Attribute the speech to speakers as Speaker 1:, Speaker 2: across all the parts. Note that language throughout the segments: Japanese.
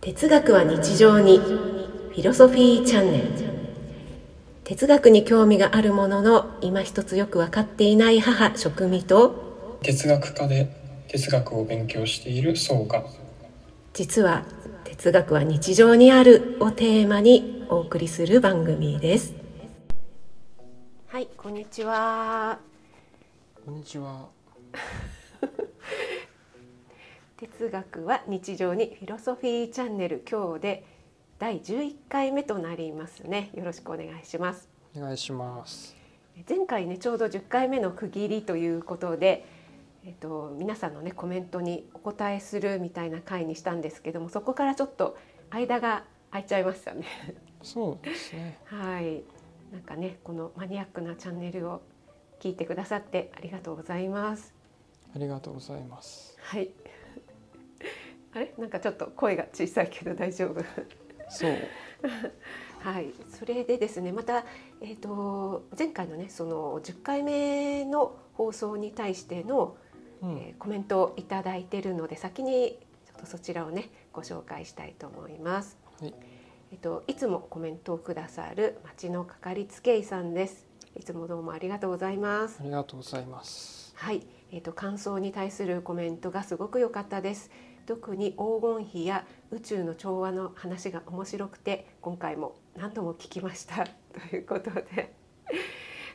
Speaker 1: 哲学は日常にフィロソフィーチャンネル哲学に興味があるものの今一つよく分かっていない母職味と
Speaker 2: 哲学科で哲学を勉強している宗が
Speaker 1: 実は哲学は日常にあるをテーマにお送りする番組ですはいこんにちは
Speaker 2: こんにちは
Speaker 1: 哲学は日常にフィロソフィーチャンネル今日で第11回目となりますねよろしくお願いします
Speaker 2: お願いします
Speaker 1: 前回ねちょうど10回目の区切りということで、えっと、皆さんのねコメントにお答えするみたいな回にしたんですけどもそこからちょっと間が空いちゃいましたね。
Speaker 2: そうですね
Speaker 1: はいなんかねこのマニアックなチャンネルを聞いてくださってありがとうございます。
Speaker 2: ありがとうございます
Speaker 1: はい。 あれなんかちょっと声が小さいけど大丈夫。
Speaker 2: そう
Speaker 1: はい、それでですねまた、えー、と前回のねその10回目の放送に対しての、
Speaker 2: うん
Speaker 1: えーコメントをいただいてるので先にちょっとそちらをねご紹介したいと思います。
Speaker 2: はい
Speaker 1: えっといつもコメントをくださる町のかかりつけ医さんです。いつもどうもありがとうございます
Speaker 2: あ。りがとうございます
Speaker 1: はい、えっ、と感想に対するコメントがすごく良かったです。特に黄金比や宇宙の調和の話が面白くて、今回も何度も聞きました。 ということで、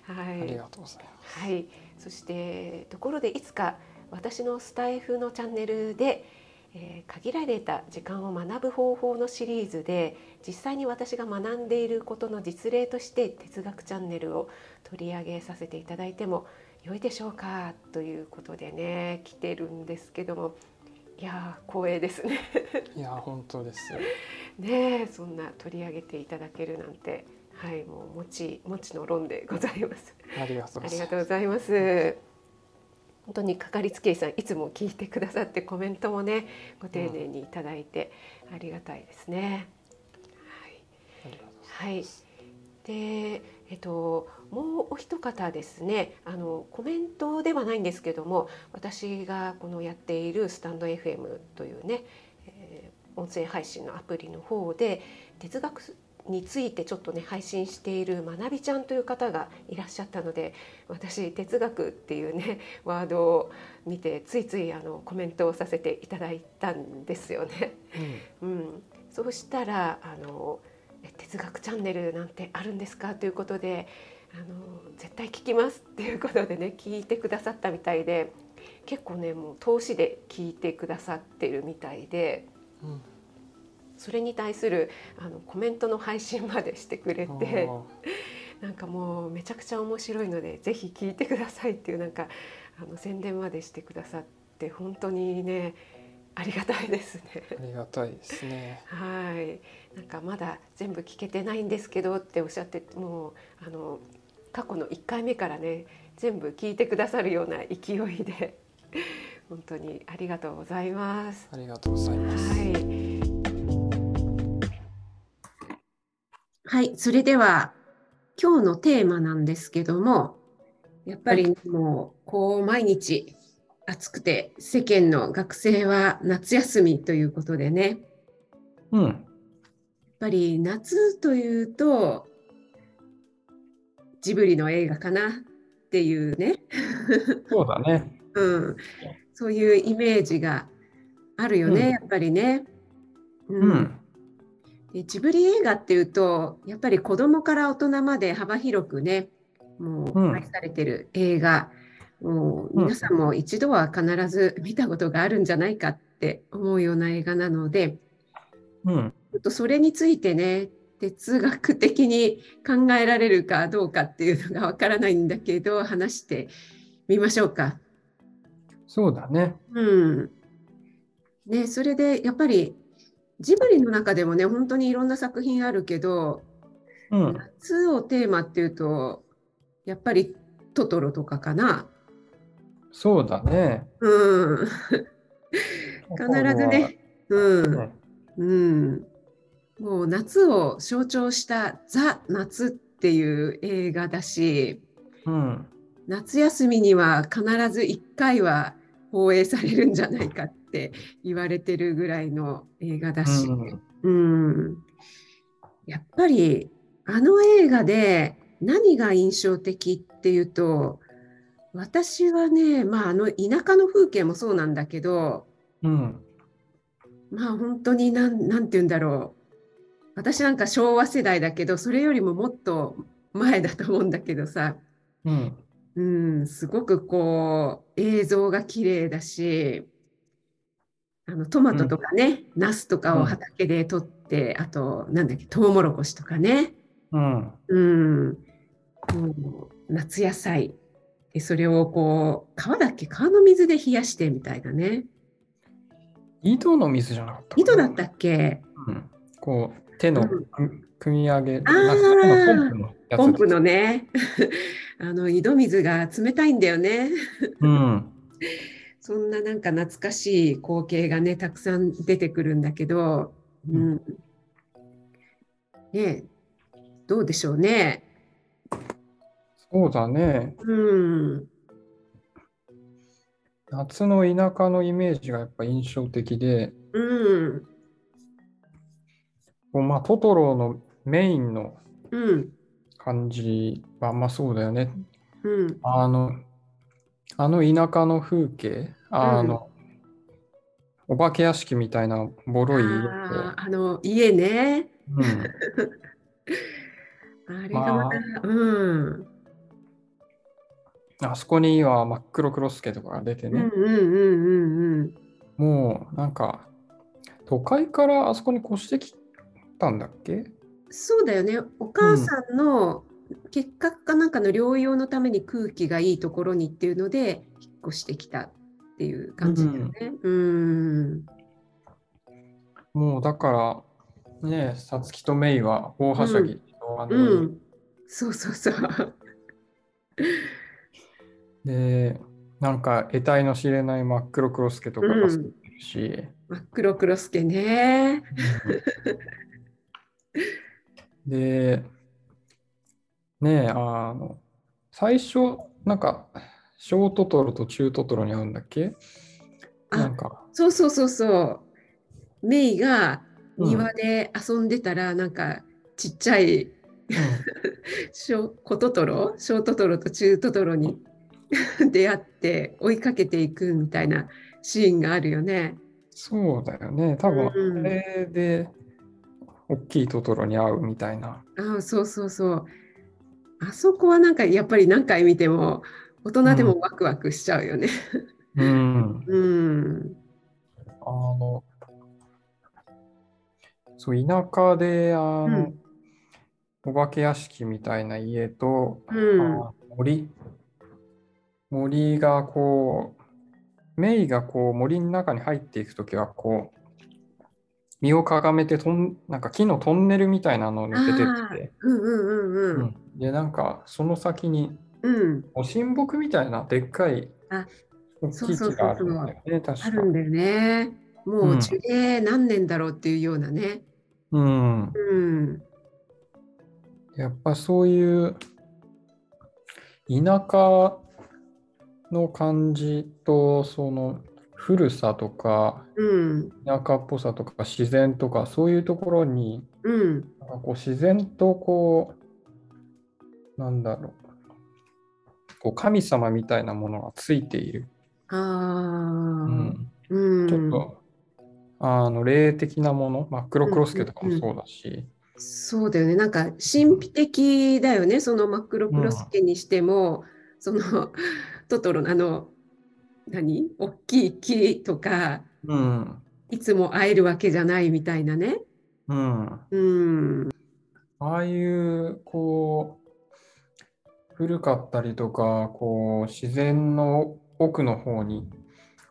Speaker 1: は
Speaker 2: あり
Speaker 1: い、
Speaker 2: がとうございます
Speaker 1: はい、そしてところでいつか私のスタイフのチャンネルで。えー限られた時間を学ぶ方法のシリーズで実際に私が学んでいることの実例として哲学チャンネルを取り上げさせていただいても良いでしょうかということでね来てるんですけどもいやー光栄ですね
Speaker 2: いや本当ですよ
Speaker 1: ねえそんな取り上げていただけるなんてはいもう持ち持ちの論でございます
Speaker 2: ありがと
Speaker 1: あ
Speaker 2: うござ
Speaker 1: り
Speaker 2: い
Speaker 1: が
Speaker 2: ま
Speaker 1: とう
Speaker 2: す
Speaker 1: ございます本当にかかりつけ医さんいつも聞いてくださってコメントもねご丁寧にいただいてありがたいですね、はい
Speaker 2: ありがとうございます
Speaker 1: はい。で、えっともうお一方ですね。あのコメントではないんですけども、私がこのやっているスタンド FM というね、えー音声配信のアプリの方で哲学についてちょっとね配信しているまなびちゃんという方がいらっしゃったので私哲学っていうねワードを見てついついあのコメントをさせていただいたんですよね。うん、そうしたらあのえ哲学チャンネルなんてあるんですかということであの絶対聞きますっていうことでね聞いてくださったみたいで結構ねもう投資で聞いてくださってるみたいで
Speaker 2: うんうん
Speaker 1: それに対するあのコメントの配信までしてくれ
Speaker 2: あ
Speaker 1: て
Speaker 2: ー
Speaker 1: なんかもうめちゃくちゃ面白いのでぜひ聞いてくださいっていうなんかあの宣伝までしてくださって本当にねありがたいですね。
Speaker 2: ありがたいですね
Speaker 1: はい、なんかまだ全部聞けてないんですけどっておっしゃってもうあの過去の1回目からね全部聞いてくださるような勢いで 本当にありがとうございます。
Speaker 2: ありがとうございます
Speaker 1: はい、
Speaker 3: はい、それでは今日のテーマなんですけども、やっぱりもうこう毎日暑くて世間の学生は夏休みということでね、やっ
Speaker 2: うん
Speaker 3: ぱり夏というとジブリの映画かなっていうね、
Speaker 2: そうだね
Speaker 3: うん、そういうイメージがあるよね、
Speaker 2: うん
Speaker 3: やっぱりね。
Speaker 2: う
Speaker 3: うんでジブリ映画っていうとやっぱり子供から大人まで幅広くねも
Speaker 2: うん
Speaker 3: う愛されてる映画、もう
Speaker 2: うん
Speaker 3: 皆さんも一度は必ず見たことがあるんじゃないかって思うような映画なので
Speaker 2: うん
Speaker 3: ちょっとそれについてね哲学的に考えられるかどうかっていうのがわからないんだけど話してみましょうか。
Speaker 2: そうだね
Speaker 3: うん。ね、それでやっぱりジブリの中でもね本当にいろんな作品あるけど
Speaker 2: うん
Speaker 3: 夏をテーマっていうとやっぱりトトロとかかな。
Speaker 2: そうだね
Speaker 3: うん、必ずね、う
Speaker 2: うん
Speaker 3: んうん、もう夏を象徴したザ・夏っていう映画だし
Speaker 2: うん
Speaker 3: 夏休みには必ず1回は放映されるんじゃないかっ
Speaker 1: って言われてるぐらいの映画だし、
Speaker 2: うん
Speaker 1: うん、やっぱりあの映画で何が印象的っていうと私はね、まあ、あの田舎の風景もそうなんだけど
Speaker 2: うん
Speaker 1: まあ本当になんなんて言うんだろう私なんか昭和世代だけどそれよりももっと前だと思うんだけどさ、
Speaker 2: うん
Speaker 1: うん、すごくこう映像が綺麗だしあのトマトとかね、ナスとかを畑で取って、あとなんだっけトウモロコシとかね、
Speaker 2: うん
Speaker 1: うん、もう夏野菜でそれをこう川だっけ川の水で冷やしてみたいなね
Speaker 2: 井戸の水じゃなかった
Speaker 1: 井戸だったっけ
Speaker 2: うん、こう手の
Speaker 1: うん
Speaker 2: 組組み上げ、
Speaker 1: ー
Speaker 2: なんかあのポンプのやつ
Speaker 1: ポンプのね あの井戸水が冷たいんだよね
Speaker 2: うん
Speaker 1: そんななんか懐かしい光景がねたくさん出てくるんだけど、うんねえどうでしょうね。
Speaker 2: そうだね
Speaker 1: うん、
Speaker 2: 夏の田舎のイメージがやっぱ印象的で
Speaker 1: うん、
Speaker 2: こうまあトトロのメインの
Speaker 1: うん、
Speaker 2: 感じはまあそうだよね
Speaker 1: うん、
Speaker 2: あのあの田舎の風景あの、お化け屋敷みたいなボロい家で
Speaker 1: あーあの家ね。
Speaker 2: うん、
Speaker 1: あれがまた、うん、
Speaker 2: あそこには真っ黒クロスケとかが出て
Speaker 1: うん、う
Speaker 2: ね
Speaker 1: ん、、うん、うん、うん。
Speaker 2: もうなんか都会からあそこに越してきたんだっけ
Speaker 1: そうだよね。お母さんの結核かなんかの療養のために空気がいいところにっていうので引っ越してきたっていう感じだよね。うん。
Speaker 2: もうだからねさつきとメイは大はしゃぎのあの、
Speaker 1: うん。そうそうそう。
Speaker 2: でなんか得体の知れない真っ黒クロスケとかが好きだし、
Speaker 1: 真っ黒クロスケね。
Speaker 2: でねえあの最初なんか小トトロと中トトロに会うんだっけ
Speaker 1: あ
Speaker 2: なんか、
Speaker 1: そうそうそうそう。メイが
Speaker 2: うん
Speaker 1: 庭で遊んでたら、なんかちっちゃい小小トトロ、小トトロと中トトロに 出会って追いかけていくみたいなシーンがあるよね。
Speaker 2: そうだよね多分あ
Speaker 1: うん
Speaker 2: れで大きいトトロに会うみたいな、
Speaker 1: ああそうそうそう。あそこはなんかやっぱり何回見ても大人でもワクワクしちゃうよね。
Speaker 2: うん、
Speaker 1: うん。
Speaker 2: あのそう田舎であの、
Speaker 1: うん
Speaker 2: お化け屋敷みたいな家と、
Speaker 1: うん。
Speaker 2: あ森森がこうメイがこう森の中に入っていくときはこう身をかがめてとんなんか木のトンネルみたいなのを抜けてって、
Speaker 1: うんうんうん
Speaker 2: う
Speaker 1: うん。
Speaker 2: ん、でなんかその先に
Speaker 1: うん。
Speaker 2: お神木みたいなでっかい
Speaker 1: あ
Speaker 2: 大きい木があるんだよね確
Speaker 1: あ
Speaker 2: か
Speaker 1: るんだよね。も
Speaker 2: う
Speaker 1: うん樹齢何年だろうっていうようなね。
Speaker 2: うん
Speaker 1: うん。
Speaker 2: やっぱそういう田舎の感じとその古さとか
Speaker 1: うん。
Speaker 2: 田舎っぽさとか自然とかそういうところに
Speaker 1: うん。
Speaker 2: なんかこう自然とこうなんだろうこう神様みたいなものがついている、
Speaker 1: ああ。
Speaker 2: う
Speaker 1: うん。
Speaker 2: ん、
Speaker 1: うん、
Speaker 2: ちょっとあの霊的なもの、まあ、黒クロスケとかもそうだし、
Speaker 1: そうだよね。なんか神秘的だよね。その真っ黒クロスケにしても、その トトロのあの何大きい木とか
Speaker 2: うん
Speaker 1: いつも会えるわけじゃないみたいなね。
Speaker 2: うん、
Speaker 1: うん。
Speaker 2: ああいうこう古かったりとかこう自然の奥の方に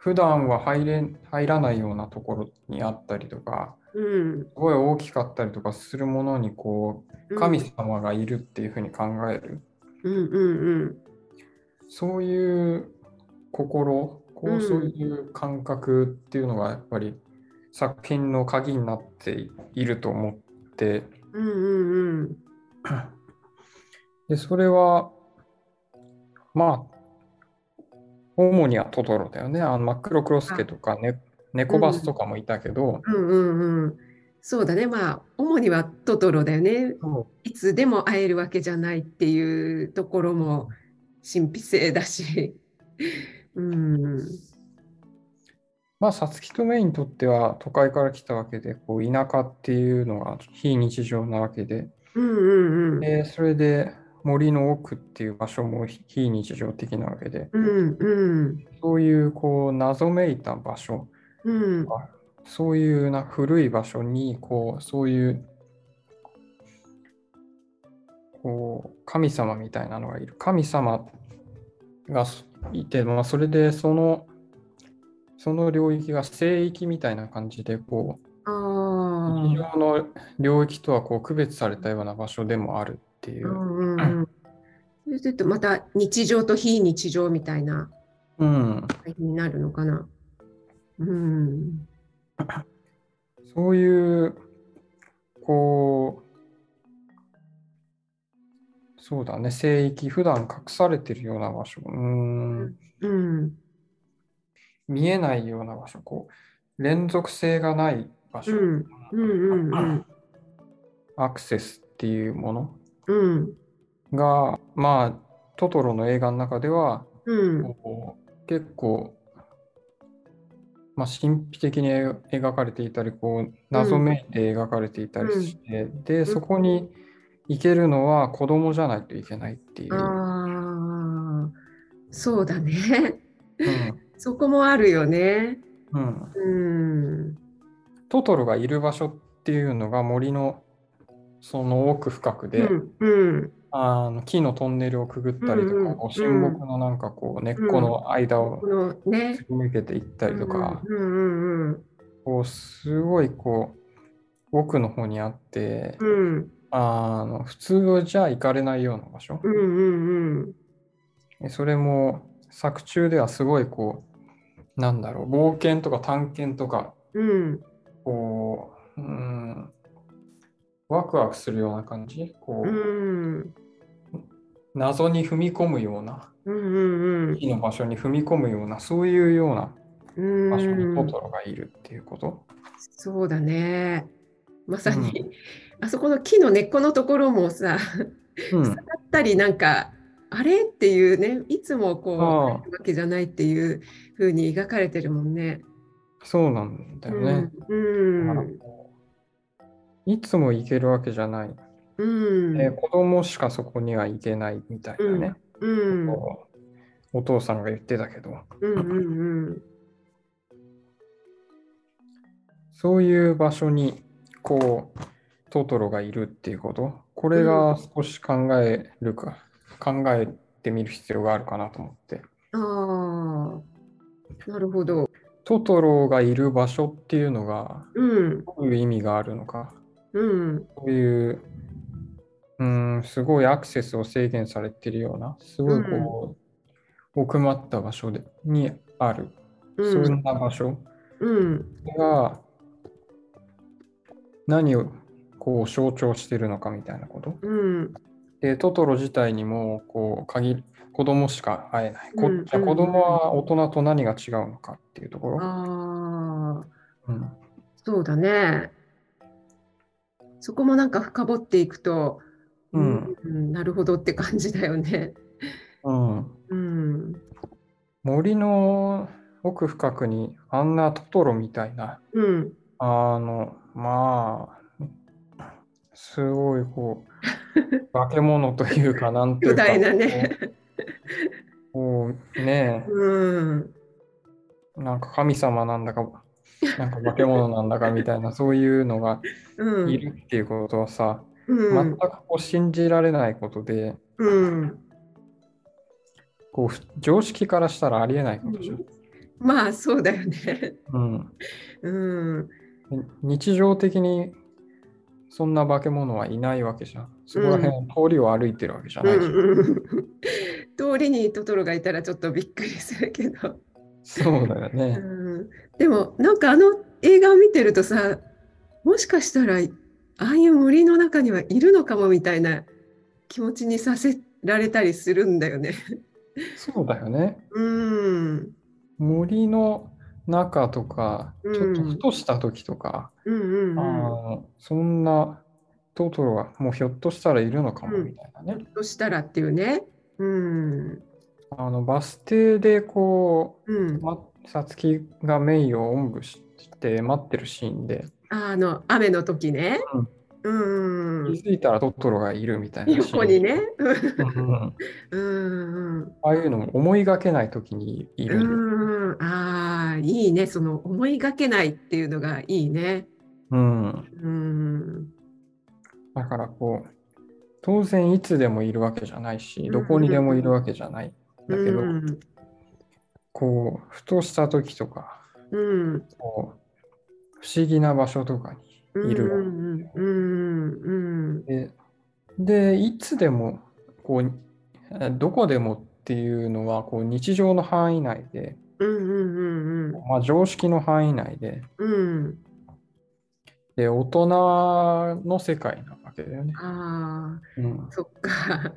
Speaker 2: 普段は入れん入らないようなところにあったりとか
Speaker 1: うん。
Speaker 2: すごい大きかったりとかするものにこ
Speaker 1: う
Speaker 2: うん神様がいるっていうふうに考える、
Speaker 1: うんうん
Speaker 2: そういう心こ
Speaker 1: うん
Speaker 2: うそういう感覚っていうのがやっぱり作品の鍵になっていると思って
Speaker 1: うん。うんうんうん。
Speaker 2: でそれはまあ主にはトトロだよねあの真っ黒クロスケとか、ね猫バスとかもいたけど、
Speaker 1: うんうんうん。そうだね。まあ、主にはトトロだよね。
Speaker 2: そう
Speaker 1: いつでも会えるわけじゃないっていうところも神秘性だし。 うん。
Speaker 2: まあ、サツキとメイにとっては都会から来たわけで、こう田舎っていうのが非日常なわけで、
Speaker 1: うんうんうん。
Speaker 2: でそれで森の奥っていう場所も非日常的なわけで、
Speaker 1: うんうん
Speaker 2: そういうこう謎めいた場所、
Speaker 1: うん
Speaker 2: そういうな古い場所にこうそういうこう神様みたいなのがいる神様がいて、まあ、それでそのその領域が聖域みたいな感じでこう
Speaker 1: あ
Speaker 2: 日
Speaker 1: ー
Speaker 2: 常の領域とはこう区別されたような場所でもあるっていうう、
Speaker 1: んうんうんそれで言うとまた日常と非日常みたいな
Speaker 2: うん、
Speaker 1: 感じになるのかな。うん。
Speaker 2: そういうこうそうだね聖域普段隠されてるような場所うん
Speaker 1: うん。
Speaker 2: 見えないような場所、こう連続性がない場
Speaker 1: う
Speaker 2: 所、
Speaker 1: ん。うんうん
Speaker 2: アクセスっていうもの
Speaker 1: うん。
Speaker 2: が、まあ、トトロの映画の中では、
Speaker 1: うん。うん。
Speaker 2: こう結構、まあ、神秘的に描かれていたり、こう謎めいて描かれていたりして、で、そこに行けるのは子供じゃないといけないっていう。
Speaker 1: ああ、そうだね。
Speaker 2: うん
Speaker 1: そこもあるよね。
Speaker 2: うん、
Speaker 1: うん。
Speaker 2: トトロがいる場所っていうのが森のその奥深くで、
Speaker 1: うん。うん。
Speaker 2: あの木のトンネルをくぐったりとか、
Speaker 1: うんうん
Speaker 2: こう神木のなんかこう根っこの間を
Speaker 1: このね
Speaker 2: す。り抜けていったりとか、
Speaker 1: うんうんうん
Speaker 2: こうすごいこう奥の方にあって、
Speaker 1: うん
Speaker 2: あの普通じゃ行かれないような場所
Speaker 1: う、んうんうん
Speaker 2: でそれも作中ではすごいこうなんだろう冒険とか探検とか
Speaker 1: うん
Speaker 2: こううんワクワクするような感じこ
Speaker 1: う
Speaker 2: う、
Speaker 1: ん
Speaker 2: 謎に踏み込むような
Speaker 1: うんうん
Speaker 2: 木の場所に踏み込むようなそういうような
Speaker 1: うん
Speaker 2: 場所に
Speaker 1: う
Speaker 2: ト
Speaker 1: ん
Speaker 2: トロがいるっていうこと、
Speaker 1: そうだねまさに、あそこの木の根っこのところもさ
Speaker 2: うん
Speaker 1: だったりなんかあれっていうねいつもこう
Speaker 2: ああ
Speaker 1: わけじゃないっていうふうに描かれてるもんね。
Speaker 2: そうなんだよね、
Speaker 1: うん
Speaker 2: だからこういつも行けるわけじゃない、
Speaker 1: うん
Speaker 2: で子供しかそこには行けないみたいなね、
Speaker 1: うんうん
Speaker 2: こうお父さんが言ってたけど
Speaker 1: うん
Speaker 2: そういう場所にこうトトロがいるっていうことこれが少し考えるか、考えてみる必要があるかなと思って
Speaker 1: うんああなるほど。
Speaker 2: トトロがいる場所っていうのが
Speaker 1: うん
Speaker 2: どういう意味があるのか
Speaker 1: うん
Speaker 2: そういう、うん、すごいアクセスを制限されてるような、すごいこう、奥まった場所でにある、
Speaker 1: う
Speaker 2: そ
Speaker 1: ん
Speaker 2: んな場所
Speaker 1: うん
Speaker 2: が何をこう象徴してるのかみたいなこと。
Speaker 1: うん
Speaker 2: で、トトロ自体にも、こう、限り、子供しか会えない。こ
Speaker 1: うん
Speaker 2: じゃあ子供は大人と何が違うのかっていうところ。
Speaker 1: ああ
Speaker 2: うん
Speaker 1: そうだね。そこもなんか深掘っていくと、
Speaker 2: うん
Speaker 1: うんなるほどって感じだよね。
Speaker 2: うん
Speaker 1: うん
Speaker 2: 森の奥深くにあんなトトロみたいな
Speaker 1: うん
Speaker 2: あの、まあ、すごいこ う、化け物というか、なんという
Speaker 1: 巨
Speaker 2: か、
Speaker 1: 大なね。
Speaker 2: こう、こうね
Speaker 1: うん
Speaker 2: え、なんか神様なんだか、なんか化け物なんだかみた いな、そういうのが
Speaker 1: うん
Speaker 2: いるっていうことはさ、
Speaker 1: う
Speaker 2: 全
Speaker 1: ん
Speaker 2: くこう信じられないことで、
Speaker 1: うん、
Speaker 2: こうふ常識からしたらありえないことじゃん。
Speaker 1: まあそうだよね。
Speaker 2: うん、
Speaker 1: うん
Speaker 2: で日常的にそんな化け物はいないわけじゃん。そこら辺、通りを歩いてるわけじゃないじゃん。
Speaker 1: 通りにトトロがいたらちょっとびっくりするけど、
Speaker 2: そうだよ
Speaker 1: う
Speaker 2: ね。
Speaker 1: ん、でもなんかあの映画を見てるとさもしかしたらああいう森の中にはいるのかもみたいな気持ちにさせられたりするんだよね。
Speaker 2: そうだよね。
Speaker 1: うん
Speaker 2: 森の中とか、ちょっと
Speaker 1: うん
Speaker 2: ふとした時とか、
Speaker 1: うんうん
Speaker 2: あ
Speaker 1: うん。
Speaker 2: ーそんなトトロがもうひょっとしたらいるのかも
Speaker 1: うん
Speaker 2: みたいなね。
Speaker 1: そしたらっていうね。うん。
Speaker 2: あのバス停でこ
Speaker 1: うん
Speaker 2: う、、ま、さつきがメイをおんぶして待ってるシーンで、
Speaker 1: あの雨の時ね。うん。うん
Speaker 2: 気づいたらトトロがいるみたいなシーン。
Speaker 1: 横にね。
Speaker 2: うんうん
Speaker 1: うんうん。
Speaker 2: ああいうのも思いがけない時にいるんです。
Speaker 1: うんうん。ああ、いいね。その思いがけないっていうのがいいね。
Speaker 2: うん。
Speaker 1: うん。
Speaker 2: だからこう、当然いつでもいるわけじゃないし、どこにでもいるわけじゃない。だけど、
Speaker 1: うん。
Speaker 2: こう、ふとした時とか、
Speaker 1: うん。
Speaker 2: こう、不思議な場所とかにいるわ
Speaker 1: うんうんうん
Speaker 2: で、で、いつでも、こう、えどこでもっていうのは、こう、日常の範囲内で、
Speaker 1: うんうん
Speaker 2: まあ、常識の範囲内で、
Speaker 1: うんうん
Speaker 2: で、大人の世界なわけだよね。
Speaker 1: あ
Speaker 2: うん
Speaker 1: あ、そっか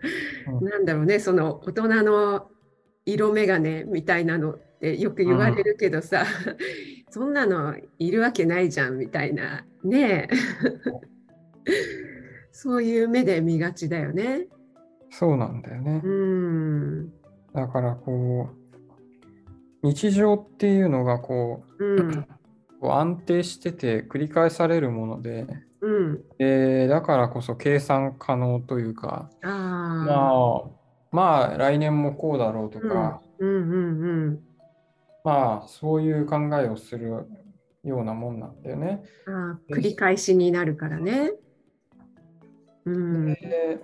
Speaker 2: うん
Speaker 1: なんだろうねその大人の色眼鏡みたいなのってよく言われるけどさ、そんなのいるわけないじゃんみたいなねえそういう目で見がちだよね
Speaker 2: そうなんだよね
Speaker 1: う。ん
Speaker 2: だから、こう、日常っていうのが、こ
Speaker 1: うん
Speaker 2: う、こう安定してて繰り返されるもので、
Speaker 1: うん
Speaker 2: で、だからこそ計算可能というか、
Speaker 1: ああ
Speaker 2: まあ、まあ、来年もこうだろうとか、
Speaker 1: うんうんうん
Speaker 2: まあそういう考えをするようなもんなんだよね。
Speaker 1: ああ繰り返しになるからね。うん。うん
Speaker 2: で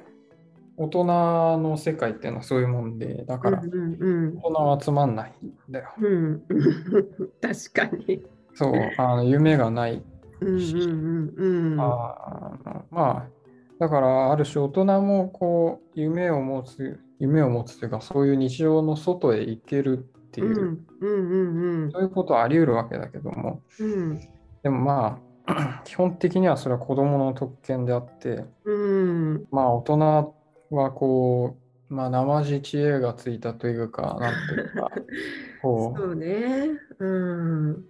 Speaker 2: 大人の世界っていうのはそういうもんでだから
Speaker 1: うん
Speaker 2: 大人はつまんないんだよ。
Speaker 1: うん。 うん。確かに。
Speaker 2: そうあの夢がない、
Speaker 1: うんうんうんうん。あ
Speaker 2: あのまあだからある種大人もこう夢を持つ夢を持つというかそういう日常の外へ行けるって
Speaker 1: う
Speaker 2: いう、
Speaker 1: んうんうん
Speaker 2: そういうことはあり得るわけだけども
Speaker 1: うん。
Speaker 2: でもまあ 基本的にはそれは子どもの特権であって。
Speaker 1: うん。
Speaker 2: まあ大人はこう、まあ、生地知恵がついたというか、なんていうか、こ
Speaker 1: そうね。うん。
Speaker 2: う、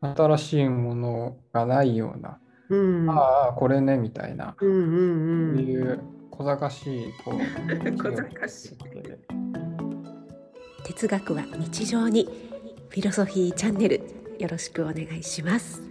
Speaker 2: 新しいものがないような、
Speaker 1: うん。
Speaker 2: ああ、これね、みたいな、
Speaker 1: うんう
Speaker 2: そうん
Speaker 1: うん。
Speaker 2: いう小賢しい、こう、
Speaker 1: 小賢しい
Speaker 4: 哲学は日常にフィロソフィーチャンネルよろしくお願いします